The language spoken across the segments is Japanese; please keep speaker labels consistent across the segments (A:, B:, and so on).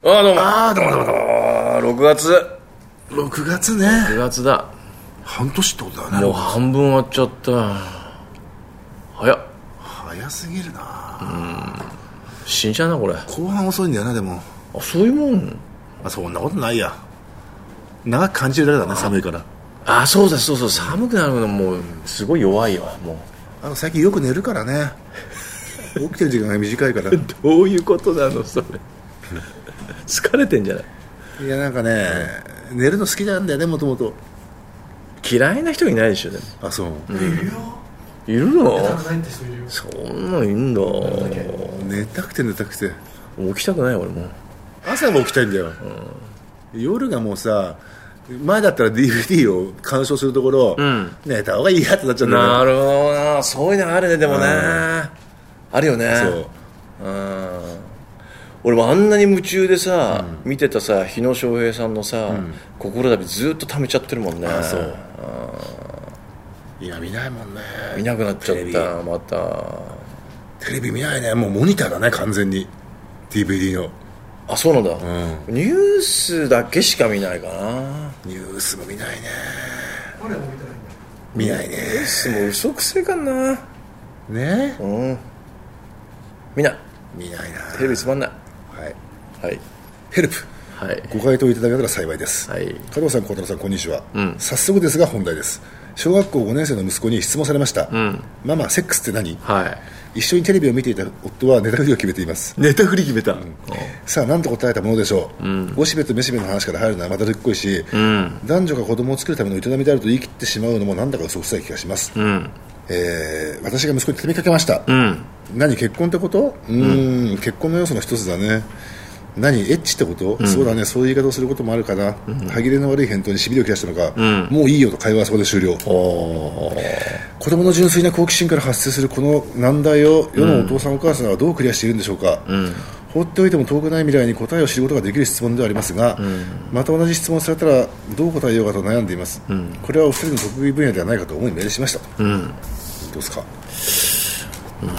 A: ああどうも
B: ああどうもどうもどうも
A: あー6月
B: 6月ね
A: 6月だ
B: 半年ってことだ
A: もう
B: ね
A: 半分終わっちゃった早っ
B: 早すぎるな
A: 死んじゃうなこれあ
B: 後半遅いんだよなでも
A: そういうもん
B: あそんなことないや長く感じるだけだね寒いから
A: あそうだそうそう寒くなるのもうすごい弱いよもう
B: あの最近よく寝るからね 起きてる時間が短 いからい
A: どういうことなのそれ 疲れてんじゃない
B: やなんかね寝るの好きなんだよねもともと
A: 嫌いな人いないでしょでも
B: あそう、
A: いるの
C: ないって人いるよ
A: そんなのいんだ
B: 寝たくて寝たくて
A: 起きたくない俺もう
B: 朝も起きたいんだよ、夜がもうさ前だったら DVD を鑑賞するところ、
A: ん
B: 寝た方がいいやってなっちゃうんだよね
A: なるほどなそういうのあるねでもねあるよね
B: そう
A: うん俺もあんなに夢中でさ、見てたさ日野翔平さんのさ、心旅ずっと溜めちゃってるもんね
B: あそう今見ないもんね
A: 見なくなっちゃっ
B: テレ
A: たまた
B: テレビ見ないねもうモニターだね完全に DVD の
A: あそうなんだ、
B: う
A: ニュースだけしか見ないかな
B: ニュースも見ないね
C: 俺はもう見てないんだ
B: 見ない
A: ニュー
B: ね
A: スも嘘くせえかな
B: ね
A: うん見ない
B: 見ないな
A: テレビつまんない
B: はい
A: はい
B: ヘルプ
A: はい
B: ご回答いただけたら幸いです、
A: はい
B: 加藤さん、孝太郎さん、こんにちは、早速ですが本題です小学校5年生の息子に質問されました、ママ、セックスって何
A: はい
B: 一緒にテレビを見ていた夫はネタ振りを決めています
A: ネタ振り決めた、うん、
B: さあ何と答えたものでしょう、おしべとめしべの話から入るのはまたるっこいし、男女が子供を作るための営みであると言い切ってしまうのもなんだか嘘くさい気がします、えー私が息子に手紙かけました、何結婚ってことうーん、結婚の要素の一つだね何エッチってこと、そうだねそういう言い方をすることもあるかな、歯切れの悪い返答にしびれを切らしたのか、もういいよと会話はそこで終了子供の純粋な好奇心から発生するこの難題を世のお父さんお母さんはどうクリアしているんでしょうか、放っておいても遠くない未来に答えを知ることができる質問ではありますが、また同じ質問されたらどう答えようかと悩んでいます、これはお二人の得意分野ではないかと思いメールしましたと、どうですか
A: な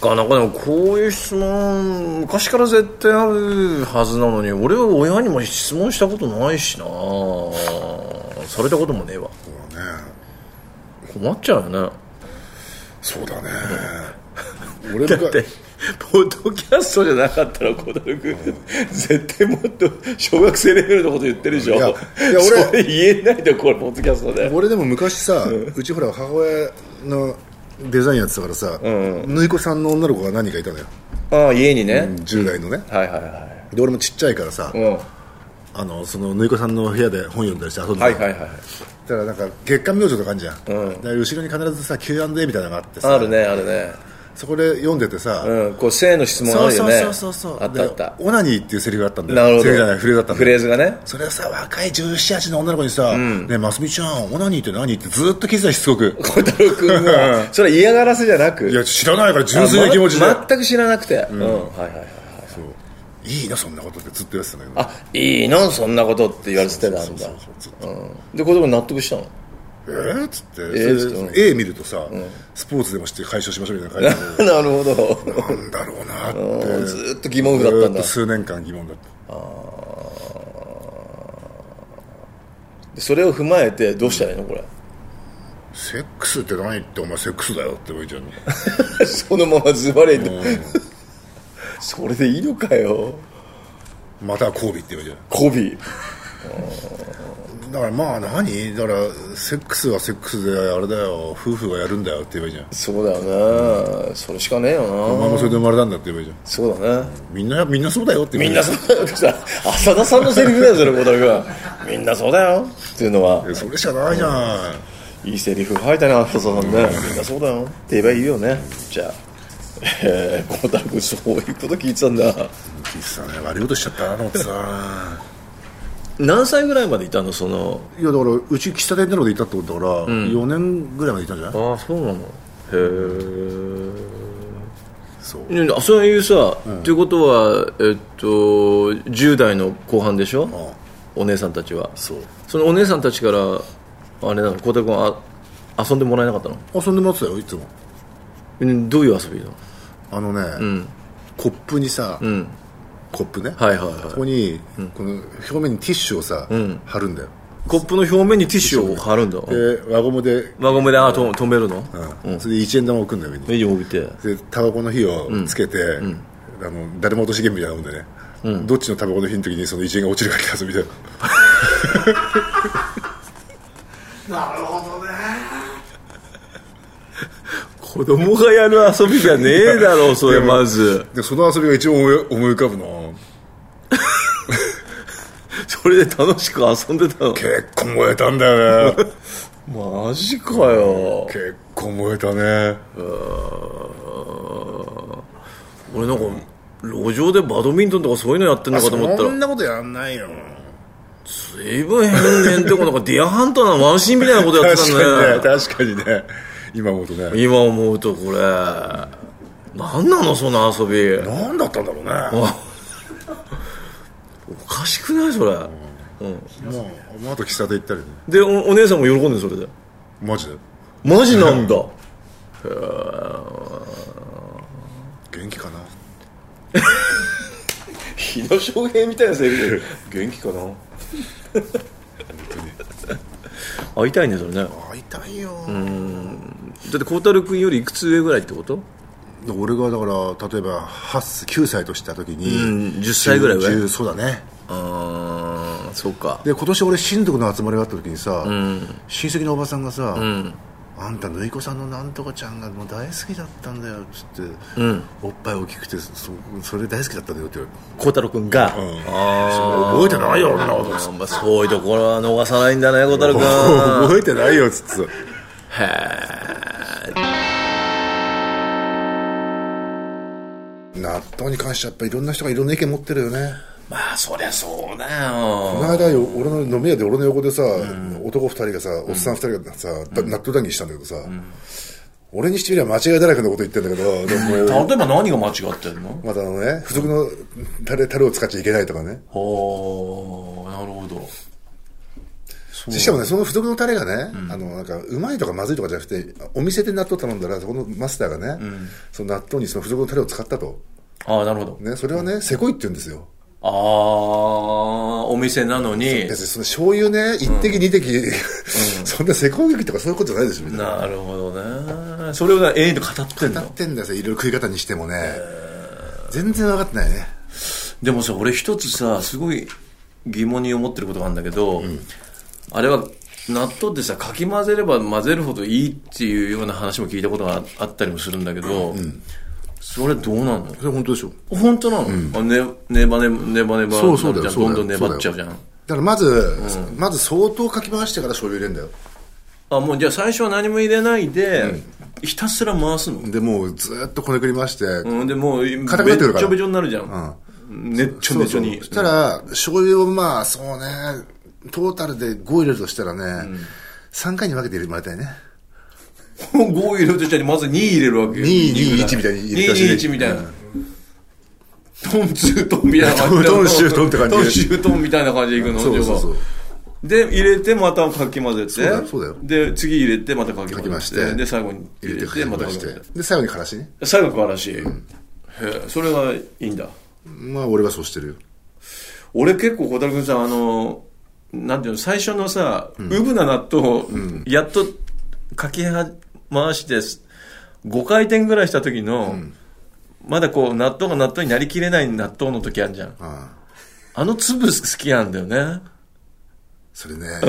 A: かなかでもこういう質問昔から絶対あるはずなのに俺は親にも質問したことないしなされたこともねえわ
B: そうだね
A: 困っちゃうよね
B: そうだね俺
A: だ
B: も
A: ってポッドキャストじゃなかったら小田君、絶対もっと小学生レベルのこと言ってるでしょ
B: いやいや俺
A: それ言えないでこれポッドキャストで
B: 俺でも昔さ、うちほら母親のデザインやってたからさ、縫い子さんの女の子が何人かいたのよ
A: ああ家にね、
B: 10代のね、
A: はいはいはい
B: で俺もちっちゃいからさ、
A: うん
B: あのその縫い子さんの部屋で本読んだりして遊んでた、
A: はいはいはい
B: だからなんか月刊明星とかあるじゃん、だから後ろに必ずさ Q&A みたいなのがあってさ
A: あるねあるね
B: そこで読んでてさ、
A: うんこう性の質問あ
B: そう
A: るよ
B: そう
A: ね
B: そうそうそう
A: あったあった
B: でオナニーっていうセリフがあったんだよ
A: なるほど
B: セリフじゃないフレーズだったんだよ
A: フレーズがね
B: それをさ若い1718の女の子にさ「ねえますみちゃんオナニーって何?」ってずっと聞いてたしつこく
A: 小太郎君
B: う
A: がそれは嫌がらせじゃなく
B: いや知らないから純粋な気持ちで、
A: あま全く知らなくて、うんはいはいはい
B: そういいなそんなことってずっと言われてたんだけど
A: あいいのそんなことって言われてたんだ
B: そうそうそうずっと
A: うんで子供納得したの
B: えーっつって、
A: ー
B: それで
A: うん
B: A 見るとさ、スポーツでもして解消しましょうみたい な感じ
A: なるほど
B: でなんだろうなって
A: うんずーっと疑問符だったん
B: ずー
A: だ
B: と数年間疑問だった
A: でそれを踏まえてどうしたらいいのこれ
B: セックスって何ってお前セックスだよって言われちゃうの
A: そのままズバリとそれでいいのかよ
B: または交尾って言われちゃ
A: コビ
B: うだからまあ何だからセックスはセックスであれだよ夫婦がやるんだよって言えばいいじゃん
A: そうだよねそれしかねえ
B: お
A: よな
B: 前もそれで生まれたんだって言えばいいじゃ
A: そうだね
B: んみんなみんなそうだよって
A: み
B: 言え
A: ん
B: ばい
A: ない
B: じ
A: そうだよ さ浅田さんのセリフだよそれ小田君はみんなそうだよっていうのは
B: ゃんそれしかないじゃん、
A: いいセリフ吐いたね、浅田さんね。みんなそうだよ。って言えばいいよね。じゃあ、えー、孝太君、そういうこと聞いてたんだ。
B: 聞いてたね悪いことしちゃったなと思ってさ
A: 何歳ぐらいまでいたのその。
B: いやだからうち喫茶店ってのでいたってことだから、4年ぐらいまでいたんじゃない
A: ああ、そうなの。
B: そう
A: へえ。そういうさ、っていうことは、えっと、10代の後半でしょ、お姉さんたちは。
B: そう
A: そのお姉さんたちから、あれなの、孝太君はあ遊んでもらえなかったの
B: 遊んでもらってたよいつも
A: うんどういう遊びなの
B: あのね、コップにさ、コップね、
A: はいはい
B: こ
A: は
B: こに、この表面にティッシュをさ、貼るんだよ
A: いコップの表面にティッシュを貼るんだ
B: で輪ゴムで、
A: 輪ゴムであと止めるの
B: うんそれで一円玉を置くんだよ上に
A: 目に置いて
B: でタバコの火をつけて、あの誰も落としゲームみたいなもんでね、どっちのタバコの火の時にその一円が落ちるか競うみたいな
C: なるほどね
A: 子供がやる遊びじゃねえだ ろそれまず
B: でその遊びが一番思い思い浮かぶの
A: それで楽しく遊んでたの
B: 結構燃えたんだよ ね
A: マジかよ
B: 結構燃えたね
A: 俺なんか路上でバドミントンとかそういうのやってんのかと思った
B: そ
A: ら
B: んなことやんないよ
A: 随分変変ってことかディアハンターのワンシーンみたいなことやって
B: 確か
A: た
B: にね
A: ね
B: 確かにね今思うとね
A: 今思うとこれ何なのその遊び
B: 何だったんだろうねまあ
A: おかしくないそれ
B: まああと喫茶店行ったりね
A: でおお姉さんも喜んでるそれで
B: マジで
A: マジなんだ
B: 元気かな
A: 日野翔平みたいなセリフ元気かな会いたいねそれねだっ
B: 会いたいよ
A: て孝太郎君よりいくつ上ぐらいってこと
B: で俺がだから例えば8歳9歳とした時に、
A: うん10歳ぐらい上
B: 10そうだね
A: ああそうか
B: で今年俺親族の集まりがあった時にさ、親戚のおばさんがさ、あんた縫い子さんのなんとかちゃんがもう大好きだったんだよっつって、おっぱい大きくてそ それ大好きだったんだよって言わ
A: 孝太郎君が、
B: れて、覚えてないよ女こと
A: あんまそういうところは逃さないんだね孝 太郎君
B: 覚えてないよっつってさ納豆に関してはやっぱいろんな人がいろんな意見持ってるよね
A: まあそりゃそうだ
B: こ
A: よ
B: の間よ俺の飲み屋で俺の横でさ、男2人がさおっさん2人がさ、だ納豆談義したんだけどさ、俺にしてみれば間違いだらけのこと言ってんだけ どでも
A: 例えば何が間違ってんの
B: まだあのね付属のタレタレを使っちゃいけないとかね
A: ほーなるほど
B: しかもねその付属のタレがね、あのなんかうまいとかまずいとかじゃなくてお店で納豆頼んだらそこのマスターがね、その納豆にその付属のタレを使ったと、
A: ああなるほど
B: ね、それはねせこいって言うんですよ
A: ああお店なのに
B: 別にその醤油ね1滴2滴、 そんなせこいとかそういうことじゃないでしょみたいな
A: なるほどねそれをね永遠と語ってん
B: 当た
A: の
B: ってんだよいろいろ食い方にしてもね全然分かってないね
A: でもさ俺一つさすごい疑問に思ってることがあるんだけど、あれは納豆ってさかき混ぜれば混ぜるほどいいっていうような話も聞いたことがあったりもするんだけど、それどうなの
B: それ本当でしょ
A: 本当なの、あねネバネバネバネバ
B: そうそうだよ
A: なるじゃんどん
B: そ
A: ど
B: うんだよ
A: 粘っちゃうじゃん
B: だからまず、まず相当かき回してから醤油入れるんだ
A: あもうじゃあ最初は何も入れないで、ひたすら回すの、
B: よでもうずーっとこねくり回して、
A: うん、でもうべっ
B: 硬くなってくるから
A: ちょべちょになるじゃん、ねっちょ
B: そう
A: べ
B: そ
A: ち
B: う
A: ょに
B: そしたら醤油をまあそうねトータルで5入れるとしたらね、三3回に分けて入れてもらいたいね
A: もう5入れるとしたらまず2入れるわけよ
B: 2 2
A: 2
B: 1みたいに入れたし
A: 221みたいな、トンツートンみたいな感じ
B: トンシュートンって感じ
A: トンシュートンみたいな感じでいくの
B: そうそうそう
A: じゃあで入れてまたかき混ぜてそう
B: だよそうだよ
A: で次入れてまたかき混
B: かき混
A: ぜ
B: ぜ
A: て
B: て
A: で最後に入
B: 入
A: れ
B: れ
A: て
B: て
A: またか
B: 回
A: き
B: し
A: 混ぜて
B: てで最後にからしね
A: 最後からしい、へえそれがいいんだ
B: まあ俺はそうしてるよ
A: 俺結構小太郎君さあのなんていうの最初のさ、うぶな納豆をやっとかきは回してす5回転ぐらいした時の、まだこう納豆が納豆になりきれない納豆の時あるじゃん
B: ああ
A: あの粒好きなんだよね
B: それねなん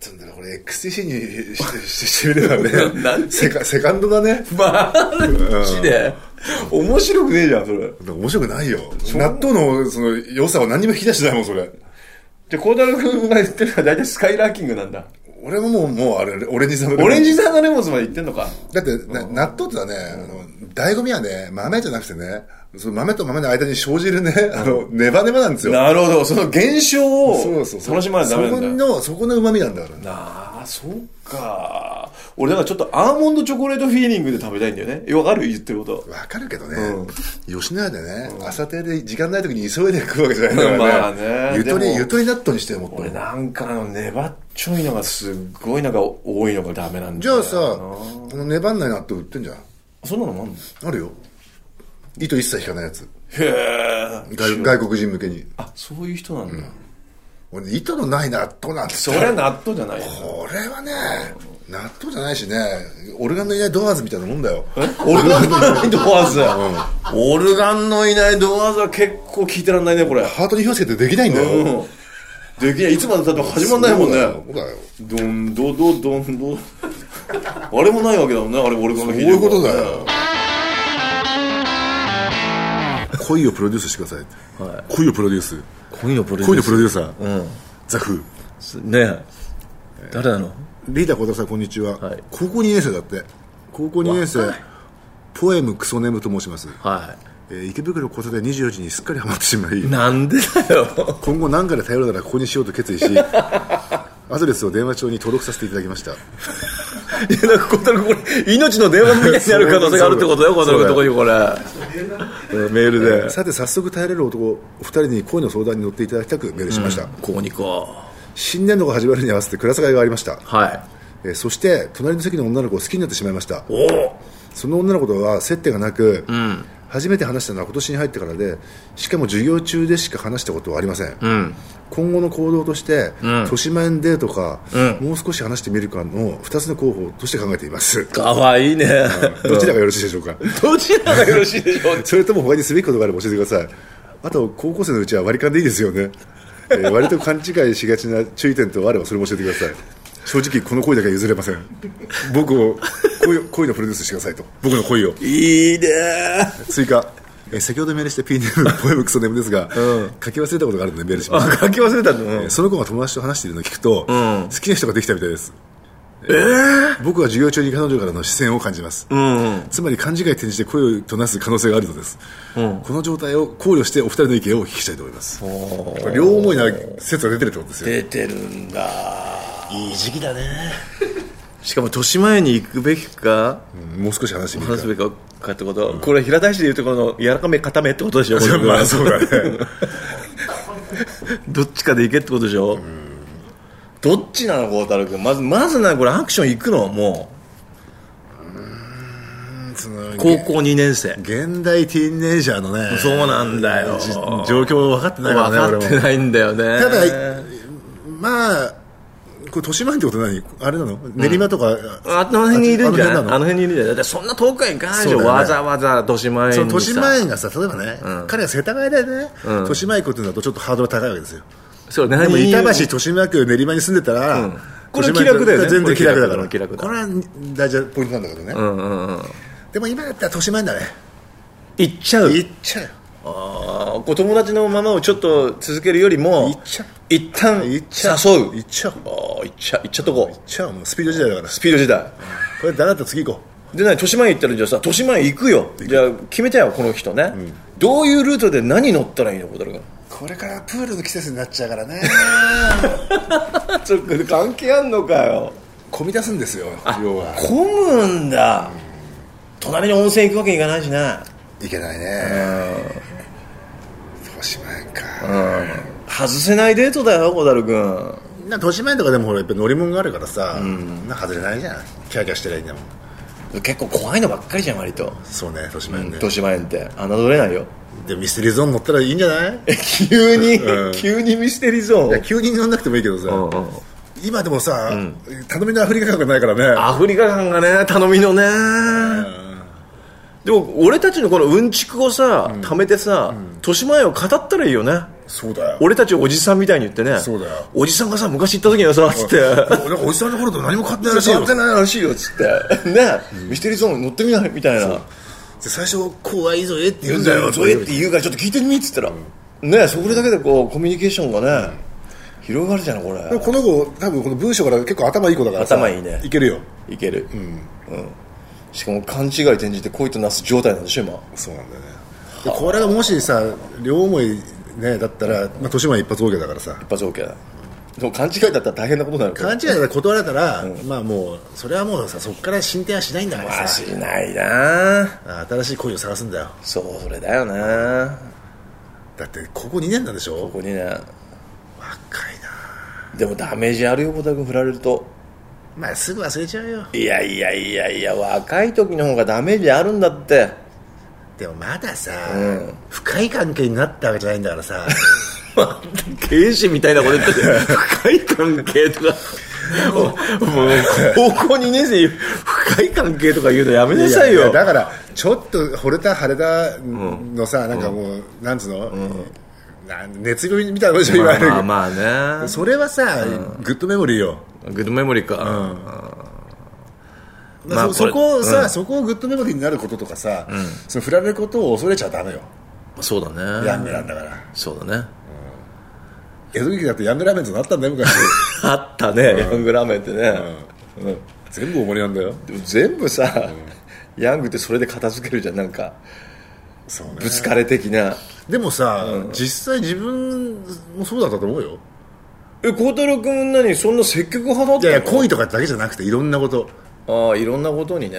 B: つうんだろうこれ XTC にしてしてしてみれば
A: な
B: ね
A: ん
B: セカセカンドがね
A: マジで面白くねえじゃんそれ
B: 面白くないよ納豆のその良さを何にも引き出してないもんそれ
A: じゃあ孝太郎君が言ってるのは大体スカイラーキングなんだ
B: 俺ももうもうあれオレンジさん
A: オレンジサンガレモンズまで言ってんのか
B: だってな納豆ってのはね、あの醍醐味はね豆じゃなくてねその豆と豆の間に生じるね、あのネバネバなんですよ
A: なるほどその現象を楽しまないとダメなんだ
B: そこのそこの旨味なんだから
A: ああそうか俺だからちょっとアーモンドチョコレートフィーリングで食べたいんだよねよくある言ってること
B: わかるけどね、吉野家でね、朝定で時間ない時に急いで食うわけじゃないからね,、
A: まあね
B: ゆと
A: で
B: り
A: も
B: ゆとり納豆にしてよもっと
A: 俺なんかあの粘っちょいのがすっごいなんか多いのがダメなんだ
B: じゃ
A: よ
B: あさこの粘んない納豆売ってんじゃん
A: そんなのもあんの
B: あるよ糸一切引かないやつ
A: へえ
B: 外外国人向けに
A: あそういう人なんだ、
B: 俺ね意図のない納豆なんて
A: それは納豆じゃないよ
B: これはね納豆じゃないしねオルガンのいないドアーズみたいなもんだよオルガンのいない
A: ドアーズ、オルガンのいないドアーズは結構聞いてらんないねこれ
B: ハートに火をつけてできないんだよ、
A: うんできないいつまでたっても始まんないもんね
B: そうだよ
A: どんどどどんどあれもないわけだもんねあれオルガンの
B: そう
A: 弾
B: いうことだ
A: てるからね
B: よ恋をプロデュースしてください、恋をプロデュース
A: 恋のプロデュ
B: 恋の
A: ー
B: プロデューサー、ザフ
A: スねえ誰なの
B: リーダー小太郎さんこんにちは、
A: はい
B: 高校2年生だって高校2年生ポエムクソネームと申します、
A: は
B: えー池袋交差点24時にすっかりハマってしまい
A: いなんでだよ
B: 今後何かで頼るならここにしようと 決意しアドレスを電話帳に登録させていただきました
A: いやなんか小太郎これ命の電話みたいになる可能性があるってことだよ 小
B: そう
A: 太
B: だよ
A: 郎のとこにこれうんメールで
B: さて早速耐えれる男お二人に恋の相談に乗っていただきたくメールしました、
A: ここにこ
B: 新年度が始まるに合わせてクラス替えがありました
A: うはい
B: えーそして隣の席の女の子を好きになってしまいました
A: おお
B: その女の子とは接点がなく、初めて話したのは今年に入ってからでしかも授業中でしか話したことはありません、今後の行動として、豊島園デーとか、もう少し話してみるかの2つの候補として考えています
A: かわいいね
B: どちらがよろしいでしょうか
A: どちらがよろしいでしょう
B: それとも他にすべきことがあれば教えてくださいあと高校生のうちは割り勘でいいですよね、え ー割と勘違いしがちな注意点とあればそれも教えてください正直この恋だけは譲れません僕を恋を恋のプロデュースしてくださいと僕の恋を
A: いいね
B: 追加えー先ほどメールして P ネームポエムクソネームですが、書き忘れたことがあるのでメールします
A: 書き忘れたの
B: えーその子が友達と話しているのを聞くと、好きな人ができたみたいですえー僕は授業中に彼女からの視線を感じます、つまり勘違い転じて声をとなす可能性があるのです、この状態を考慮してお二人の意見をお聞きしたいと思います両思いな説が出てるってことですよ
A: 出てるんだいい時期だねしかも豊島園に行くべきか
B: うんもう少し話してみる
A: 話
B: か
A: すべきかってこと、これ平田市でいうところの柔らかめ固めってことでしょこれ
B: まあそう だね
A: どっちかで行けってことでしょどっちなの孝太郎君まずまずなこれアクション行くのも
B: その
A: う高校2年生
B: 現代ティーンエイジャーのね
A: そうなんだよ
B: じ状況分かってない
A: 分
B: からね
A: かって
B: 俺も
A: ないんだよね
B: ただまあこれ豊島園ってこと何あれなの練馬とか、
A: あの辺にいるんじゃないあ
B: あ
A: の
B: の辺なの
A: 辺にいるんじゃないだってそんな遠くへ行かないでしょ、
B: そうだよね
A: わざわざ豊島園に
B: そ
A: さ
B: の豊島園がさ例えばね、彼が世田谷でね、豊島園行くっていうのだとちょっとハードルが高いわけですよ
A: そう
B: で
A: 何
B: も
A: を
B: 板橋豊島区練馬に住んでたら、
A: これ
B: 豊島
A: 気
B: 園
A: 楽だよね
B: 全然気楽だから
A: これ気楽だ
B: これは大事なポイントなんだけどね、
A: うんうんうん
B: でも今だったら豊島園だね
A: 行っちゃう
B: 行っちゃうよ
A: あーお友達のままをちょっと続けるよりも
B: 行っちゃう
A: 一旦誘う
B: 行っちゃう
A: 行
B: 行っちゃ
A: っちゃ
B: う行っ
A: 行っちゃっとこう
B: ちゃうもうスピード時代だから
A: スピード時代
B: これだなったら次行こ
A: で何豊島園行ったらじゃあさ豊島園行くよじゃあ決めたよこの人ね、どういうルートで何乗ったらいいの小太郎君
B: うこれからプールの季節になっちゃうか らね
A: ちょっと関係あんのかよ
B: 混み出すんですよ要は
A: 混むんだ、隣に温泉行くわけにいかないしない
B: けないね豊島園か
A: 外せないデートだよ小太郎君
B: な豊島園とかでもほらやっぱ乗り物があるからさ、なんか外れないじゃんキャーキャーしてりゃいいんだもん
A: 結構怖いのばっかりじゃん割と
B: そうね豊島園ね、
A: 豊島園って侮れないよ
B: でミステリーゾーン乗ったらいいんじゃない
A: 急に、
B: うん
A: 急にミステリーゾ
B: いや
A: ーン
B: 急に乗んなくてもいいけどさ、
A: うんうん
B: 今でもさ、頼みのアフリカ感がないからね
A: アフリカ感がね頼みのね、でも俺たちのこのうんちくをさ、貯めてさ、豊島園を語ったらいいよね
B: そうだよ
A: 俺たちおじさんみたいに言ってね
B: そうだよ
A: おじさんがさ昔行った時にはさつって
B: なんかおじさんの頃と何も変わってないらしいよ
A: 乗ってないらしいよつってね、ミステリーゾーン乗ってみないみたいな
B: で最初怖いぞえって
A: 言
B: 言う
A: うんん
B: だ
A: だ
B: よ
A: よゾエって言うからちょっと聞いてみっつったら、ねそれだけでこうコミュニケーションがね、広がるじゃないこれ
B: でもこの子多分この文章から結構頭いい子だからさ
A: 頭いいね
B: いけるよ
A: いける、うんしかも勘違い転じて恋となす状態なんでしょ今
B: そうなんだよねでこれがもしさ両思いねだったら、まあ、豊島園一発 OK だからさ
A: 一発 OK だでも勘違いだったら大変なことになるから
B: 勘違いで断られたら、まあもうそれはもうさそこから進展はしないんだから
A: し
B: さ
A: ないな
B: あ新しい恋を探すんだよ
A: そうそれだよな
B: だってここ2年なんでしょ
A: ここにね
B: 若いな
A: でもダメージあるよ小田君振られると
B: まあすぐ忘れちゃうよ
A: いやいやいやいや若い時の方がダメージあるんだって
D: でもまださ、深い関係になったわけじゃないんだから さ
A: 経営陣みたいなこと言ってて、深い関係とか、もう、高校2年生、深い関係とか言うのやめなさい
B: いや
A: よ。
B: だからちょっと惚れた腫れたのさ、なんかもうなんつうの、なん熱量みたいなことでしょ言われる、
A: まあまあね。
B: それはさ、グッドメモリーよ、
A: グッドメモリーか。
B: まあ、
A: まあ
B: そ
A: こ
B: そ
A: れ
B: こをさ、そこをグッドメモリーになることとかさ、その振られることを恐れちゃダメよ、
A: そうだ
B: ヤン
A: ね。
B: グランだから
A: そうだね。
B: 江戸劇だってヤングラーメンとなったんだよ昔
A: あったね、ヤングラーメンってね。
B: 全部おもりなんだよ
A: でも全部さ、ヤングってそれで片付けるじゃん、なんか、
B: そうね
A: ぶつかれ的な。
B: でもさ、実際自分もそうだったと思うよ
A: え、孝太郎君何そんな積極派だっ
B: い
A: た
B: や
A: の
B: いや恋とかだけじゃなくていろんなこと
A: ああ、いろんなことにね。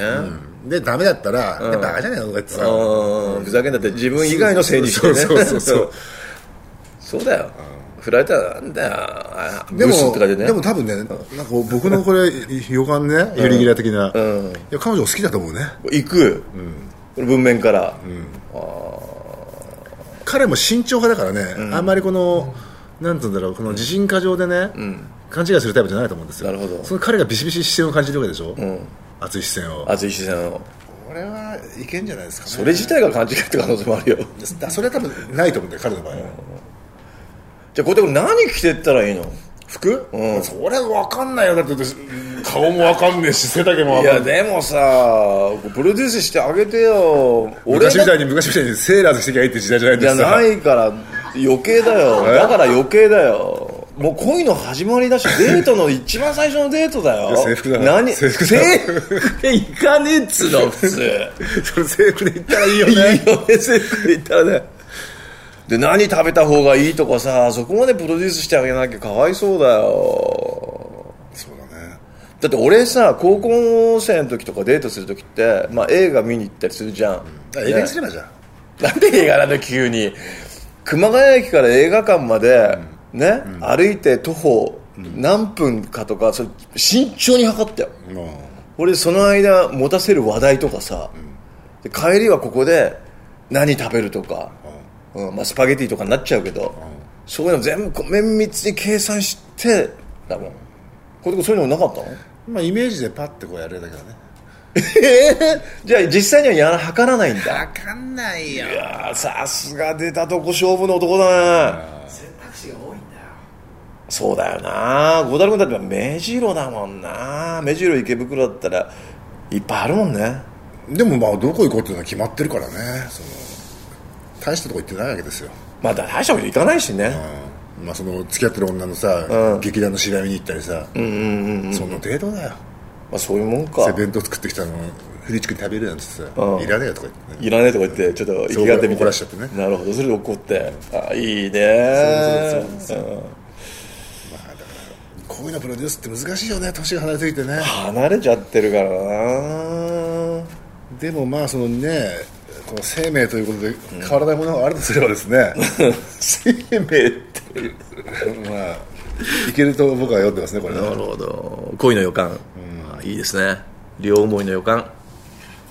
B: でダメだったら、でバカじゃないのとか言ってさ
A: うんふざけんなって自分以外のせいにしてね
B: そうそうそうそう
A: そうだよ振られたらなんだよあ
B: で
A: ブス
B: も
A: とかでね
B: でも多分ね、なんか僕のこれ、 予感ね、ユリギラ的な、
A: ん
B: いや彼女好きだと思うね、
A: 行く、これ文面から、
B: 彼も慎重派だからね、あんまりこの、なんて言うんだろう、この自信過剰でね、勘違いするタイプじゃないと思うんですよ、
A: なるほど
B: その彼がビシビシ視線を感じるわけでしょ、熱い視線を。
A: 熱い視線を
B: これはいけんじゃないですかね、
A: それ自体が勘違いって可能性もあるよ
B: だそれは多分ないと思うんだよ、彼の場合は。
A: じゃあこれで何着てったらいいの
B: 服、
A: うん
B: それ分かんないよ、だって顔も分かんねえし、背丈も
A: い
B: 分か
A: や
B: んねえ。
A: でもさプロデュースしてあげてよ俺
B: 昔みた
A: だ
B: いに昔みたいにセーラーズしてきゃいいって時代じゃないん
A: じ
B: で
A: ゃ
B: すよ
A: ないから余計だよだから余計だよもう恋の始まりだしデートの一番最初のデートだよ
B: 制服だな
A: 何
B: 制服だ
A: 制服で行かねえっつうの普通
B: それ制服で行 ったらいいよ
A: いい
B: ね
A: よね、セットで言ったらね。で、何食べた方がいいとかさ、そこまでプロデュースしてあげなきゃかわいそうだよ。
B: そうだね
A: だって俺さ、高校生の時とかデートする時って、まあ映画見に行ったりするじゃん。
B: だから映画に
A: ね
B: すればじゃん
A: なんで映画なんだよ急に。熊谷駅から映画館まで、ね、歩いて徒歩何分かとか、それ慎重に測ったよ。俺その間持たせる話題とかさ、で帰りはここで何食べるとか、うんまあ、スパゲティとかになっちゃうけど、そういうの全部こう綿密に計算してだもんこれそういうのなかったの
B: まあイメージでパッてこうやれるだけだね
A: えー じゃあ実際にはやら測らないんだ
B: 分かんないよ
A: いやーさすが出たとこ勝負の男だね
E: 選択肢が多いんだよ
A: そうだよな五郎君だって目白だもんな目白池袋だったらいっぱいあるもんね
B: でもまあどこ行こうっていうのは決まってるからねその大したとこ行ってないわけですよ、
A: まあだ大したこといかないしね、
B: うんまあ、その付き合ってる女のさ、劇団の知り合い見に行ったりさ、その程度だよ
A: まあ、そういうもんか
B: セ弁当作ってきたのフチ君に食べるなんてさ、いらねえよとか言って、ね、
A: いらねえとか言って、ちょっと行きがってみ
B: そう怒らしちゃってね
A: なるほど、それで怒って。あ、いいねうん
B: こういうのプロデュースって難しいよね年が離れすぎてね
A: 離れちゃってるからな
B: でもまあそのねこの生命ということで変わらないものがあるとすればですね、
A: 生命って。
B: まあいけると僕は読んでますねこれね
A: なるほど。恋の予感。あいいですね。両思いの予感。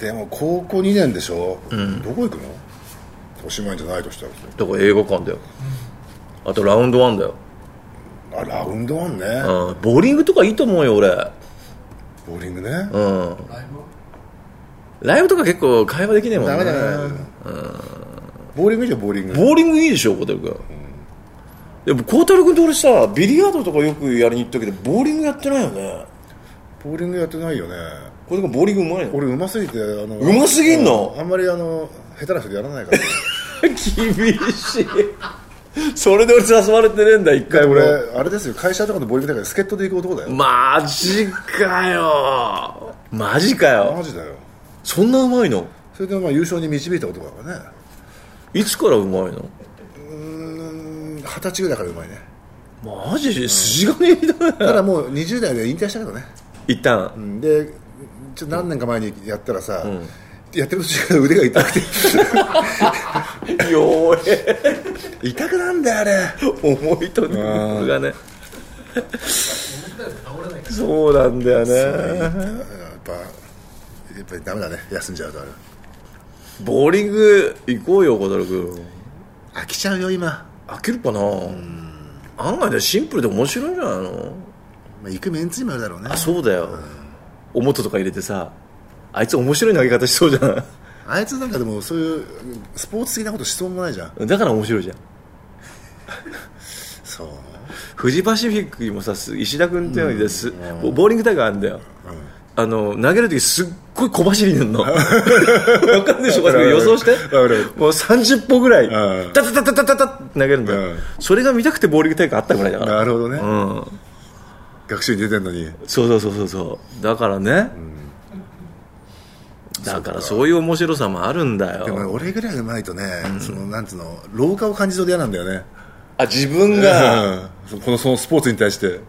B: でも高校2年でしょ、どこ行くのおしまいじゃないとしたら
A: どこ映画館だよ。あとラウンドワンだよ。
B: あラウンドワンね、
A: うん。ボーリングとかいいと思うよ、俺。
B: ボーリングね、
A: うん。
E: ライブ
A: ライブとか結構会話できねえもんね。
B: ダメだね、ボーリング以上ボーリング
A: ボーリングいいでしょ小樽君、でも孝太郎君と俺さビリヤードとかよくやりに行ったけどボーリングやってないよね
B: ボーリングやってないよね
A: これでもボーリングうまいの
B: 俺うますぎてあの
A: うますぎんの
B: あんまりあの下手な人でやらない か ら
A: 厳しいそれで俺誘われてねえんだ一
B: 一回
A: 回も
B: 俺あれですよ会社とかのボーリング大会で助っ人で行く男だよ、
A: マジかよマジかよ
B: マジだよ
A: そんなうまいの
B: それでまあ優勝に導いた男だからね
A: いつからうまいの
B: うん二十歳ぐらいからうまいね
A: マジ筋金入りだね
B: ただもう20代で引退したけどね
A: 一旦
B: でちょ何年か前にやったらさ、やってる途中から腕が痛くて
A: よえ
B: 痛くなんだよあれ
A: 重いと肉がねそうなんだよね
B: やっぱやっぱりダメだね休んじゃうとあれ
A: ボーリング行こうよ小樽君
F: 飽きちゃうよ今、
A: 飽きるかな案外ねシンプルで面白いんじゃないの
F: まあ、行くメンツにもあるだろうね
A: あそうだよおもととか入れてさあいつ面白い投げ方しそうじゃ
F: あいつなんかでもそういうスポーツ的なことしそうもないじゃん
A: んだから面白いじゃん
F: そう
A: フジパシフィックにもさす石田君っていうのにす、ボボーリング大会あるんだよ、あの投げる時すっごい小走りになるの わかるでしょ小走り予想して
B: わかる
A: もう30歩ぐらい
B: うん
A: タタタタタタタって投げるんだよ、
B: うん
A: それが見たくてボーリング大会あったぐらいだから
B: なるほどね、
A: うん
B: 学習に出てんのに
A: そうそうそうそうそうだからね、だからそういう面白さもあるんだ
B: でもね
A: よ
B: 俺ぐらいうまいとね、そのなんつうの老化を感じそうで嫌なんだよね、
A: あ自分が
B: うん、この そのスポーツに対して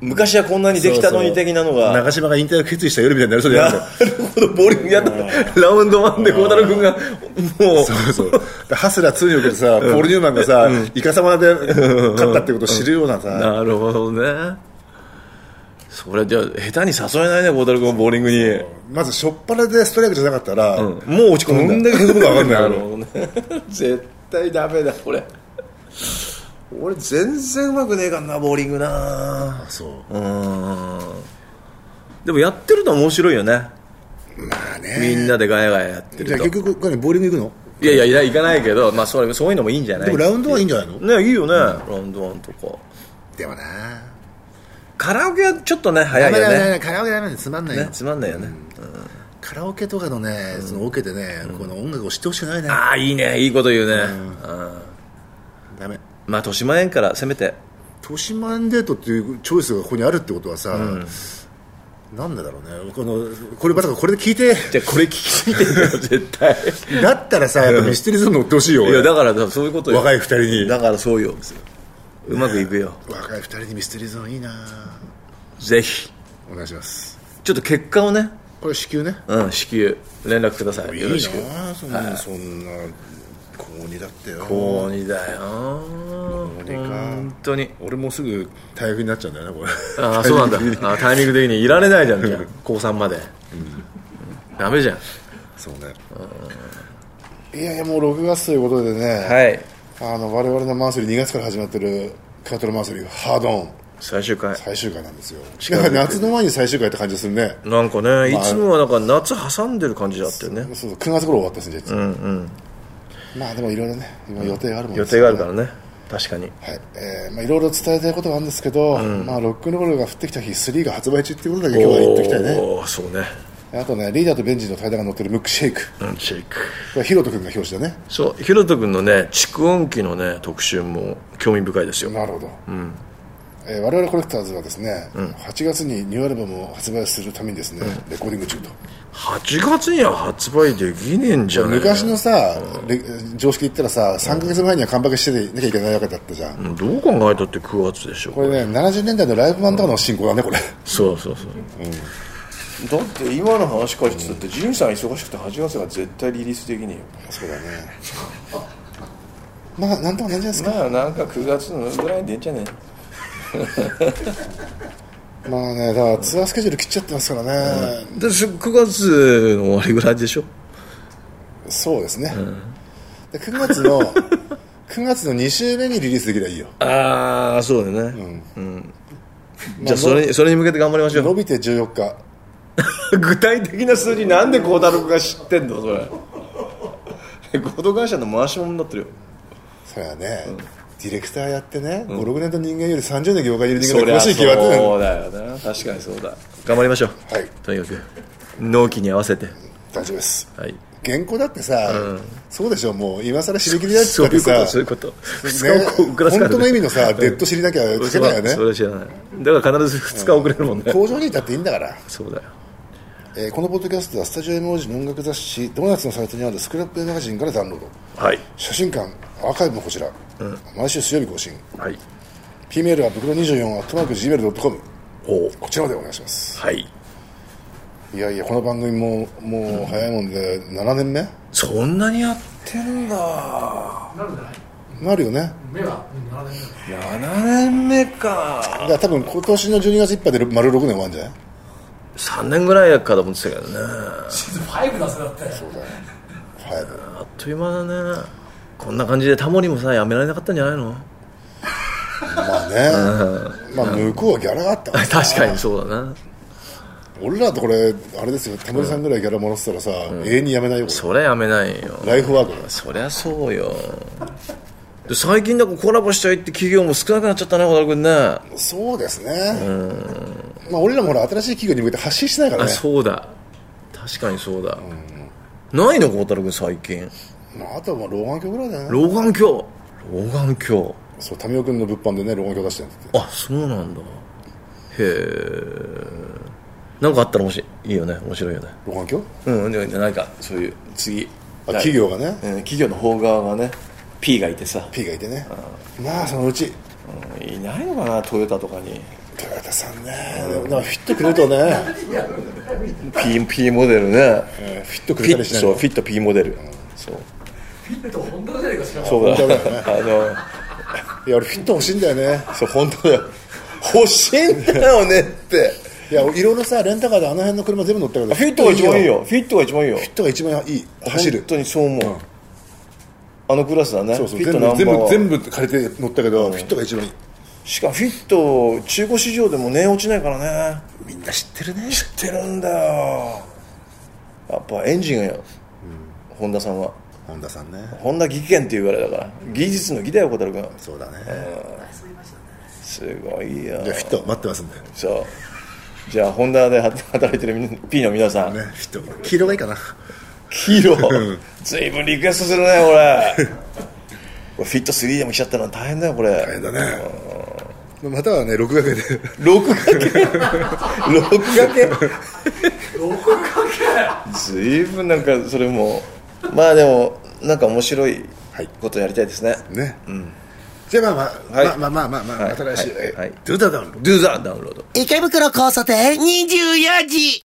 A: 昔はこんなにできたのに的なのが
B: 長島が引退を決意した夜みたいになりそうで嫌なんだよ
A: なるほどボーリングやったラウンドワンで孝太郎君がもう
B: そうそうでハスラー2におけるさ、ポール・ニューマンがさ、イカサマで勝ったってことを知るようなさ、
A: なるほどねそれじゃあ下手に誘えないね孝太郎君をボーリングに、
B: まず初っ端でストライクじゃなかったら、
A: うんもう落ち込むんだ
B: どんだけ飛ぶか分かんな
A: る
B: い
A: ほどね 絶対ダメだこれ俺全然うまくねえかんなボーリングな
B: そう
A: うんでもやってると面白いよね
B: まあ
A: みん
B: ね
A: なでガヤガヤやって
B: じ
A: る
B: ゃあ
A: と
B: 結局何ボーリング行くの
A: いやいやいや行かないけど、まあ、それそういうのもいいんじゃない
B: でもラウンドはいいんじゃないの、
A: ねいいよね、ラウンドワンとか
B: でもな
A: カラオケはちょっとね早
F: ダメ
A: いよ
F: だダメだ
A: ね
F: カラオケダメだつまんないよ、
A: ねつまんないよね、うん
F: カラオケとかのねそのオケでね、この音楽を知ってほしくないね
A: ああいいねいいこと言うね、うん
F: ダメ
A: まあ豊島園からせめて
F: 豊島エンデートっていうチョイスがここにあるってことはさ、なんでだろうねこのこれまさかこれで聞いて
A: じゃあこれ聞きすぎてるよ絶対
F: だったらさやっぱミステリーズム乗ってほしいよ
A: いや
F: 俺
A: だからそういうことよ
F: 若い二人に
A: だからそうようまくいくよ
F: 若い二人にミステリーズムいいな
A: ぜひ
F: お願いします
A: ちょっと結果をね、
F: これ支給ね
A: うん、至急連絡ください
B: い
A: よろしく
B: いなそんなそんな高2だってよ
A: 高2だよ
B: 二か
A: 本当に
B: 俺もうすぐ退学になっちゃうんだよねこれ
A: ああそうなんだあータイミング的にいられないじゃんじゃあ高3まで、ダメじゃん
B: そうねいやいやもう6月ということでね、
A: はい
B: あの我々のマンスリー2月から始まってるカトルマンスリーハードオン
A: 最終回
B: 最終回なんですよ
A: づい
B: な
A: て
B: ん
A: る
B: か夏の前に最終回って感じがするね
A: なんかねいつもはなんか夏挟んでる感じだったよね
B: そうそう9月頃終わったんですね実はまあでもいろいろね今予定があるもん
A: 予
B: です
A: 定があるからね確かに
B: はいえーまあいろいろ伝えたいことがあるんですけど、まあ、ロックンロールが降ってきた日3が発売中っていうことだけ今日は言っておきたいね
A: おーそうね
B: あとねリーダーとベンジの対談が載ってるムックシェイク
A: うんチェック
B: これヒロト君が表紙だね
A: そうひろと君のね蓄音機のね特集も興味深いですよ
B: なるほど、えー我々コレクターズはですね、8月にニューアルバムを発売するためにですね、レコーディング中と
A: 8月には発売できねえんじゃねえ
B: 昔のさ、レ常識言ったらさ3ヶ月前には完売してなきゃいけないわけだったじゃん、
A: うんどう考えたって9月でしょ
B: これね70年代のライブ版とかの進行だねこれ
A: そうそうそう
G: だって今の話からしてたってジンさん忙しくて8月が絶対リリースできねえよ
B: そうだねまあなんとかなんじゃないですか、
G: まあなんか9月のぐらいに出んじゃね
B: まあねだからツアースケジュール切っちゃってますからね、
A: で9月の終わりぐらいでしょ
B: そうですね、で9月の9月の2週目にリリースできればいいよ
A: ああそうだよねうんじゃあそれにそれに向けて頑張りましょ
B: 伸
A: う
B: びて14日
A: 具体的な数字なんで孝太郎君が知ってんのそれ レコード会社の回し者になってるよ
B: それはね、ディレクターやってね56年の人間より30年業界にいる人
A: そ
B: 間
A: り
B: が
A: ゃ
B: 詳しい気がする
A: そうだよな確かにそうだ頑張りましょう
B: はい
A: とにかく納期に合わせて
B: 大丈夫です
A: はい
B: 原稿だってさ、そうでしょもう今更締め切りだっつ
A: そう
B: っ
A: いう
B: て
A: こと
B: さ
A: そういうこと
B: ね
A: 2日遅らすからね
B: 本当の意味のさデッド知りなきゃ書けないよね
A: それは知らないだから必ず2日遅れるもんね
B: 工場にいたっていいんだから、
A: そうだよ
B: えーこのポッドキャストはスタジオ M 王子の音楽雑誌ドーナツのサイトにあるスクラップマガジンからダウンロード
A: はい
B: 写真館アーカイブもこちら、毎週水曜日更新
A: はい
B: P メールは袋24アットマーク Gmail.com
A: おう
B: こちらまでお願いします
A: はい
B: いやいやこの番組ももう早いもんで7年目
A: そんなにやってんだ
H: なるんじゃない
B: なるよね
H: 目がうんならないんだ
A: 7年目か
B: だから多分今年の12月いっぱいで丸6年終わるんじゃない
A: 3年ぐらいやっかと思ってたけどね
H: シーズン5だぜだって
B: そうだよ入る
A: あっという間だねこんな感じでタモリもさやめられなかったんじゃないの
B: まあね、まあ、向 こうはギャラがあったか ら
A: 確かにそうだな
B: 俺らとこれあれですよタモリさんぐらいギャラもらってたらさ、永遠にやめないよこ
A: そりゃやめないよ
B: れライフワークだよ
A: そりゃそうよで最近だからコラボしたいって企業も少なくなっちゃったね小田君ね
B: そうですね、まあ俺らもほら新しい企業に向けて発信してないから
A: あ
B: ね
A: そうだ確かにそうだ、ないの小太郎君最近
B: まあ、あとはまあ老眼鏡ぐらいだよね
A: 老眼鏡老眼鏡
B: そう民生君の物販でね老眼鏡出してるんだって
A: あそうなんだへえ何かあったらもしいいよね面白いよね
B: 老眼鏡
A: うんでもなんかそういう次
B: あ企業がね
A: うん企業の方側がね P がいてさ、
B: P がいてねまあそのうち
A: うんいないのかなトヨタとかに
B: トヨタさんねでもなんかフィットくれるとね
A: P, P モデルね
B: えーフィットく
A: ピ
B: れた
A: ッ
B: りしない
A: そうフィット P モデル、そうフィット本当じゃないかしらそうだあの
B: いや俺フィット欲しいんだよね
A: そう本当だよ欲しいんだよねって
B: いやいろいろさレンタカーであの辺の車全部乗ったけど
A: フィットが一番いいよフィットが一番いいよ
B: フィットが一番いい走る
A: 本当にそう思う、あのクラスだね
B: そうそう
A: フィット
B: 全
A: ナンバ
B: 部
A: ーワ
B: 全部
A: ン
B: 全部借りて乗ったけど、フィットが一番いい
A: しかもフィット中古市場でも値落ちないからね
B: みんな知ってるね
A: 知ってるんだよやっぱエンジンがよ、本田さんは
B: 本田さんね
A: 本田技研っていうぐらいだから技術の技だよ小太郎君
B: そうだね、
A: すごいよ
B: じゃあフィット待ってますんでね
A: そうじゃあホンダで働いてるみんな P の皆さん、
B: フィット黄色がいいかな
A: 黄色ずいぶんリクエストするねこれこれフィット3でも来ちゃったの大変だよこれ
B: 大変だねまたはね録画で
A: 六掛 け六掛け六掛けずいぶんなんかそれもまあでもなんか面白い
B: はい
A: ことやりたいですね、
B: ね、じゃあまあまあ、
A: はい
B: まあまあまあまあ、まあ
A: はい
B: また来週、
A: はいはい
B: ドゥダダウンロード
A: Do the download
I: 池袋交差点24時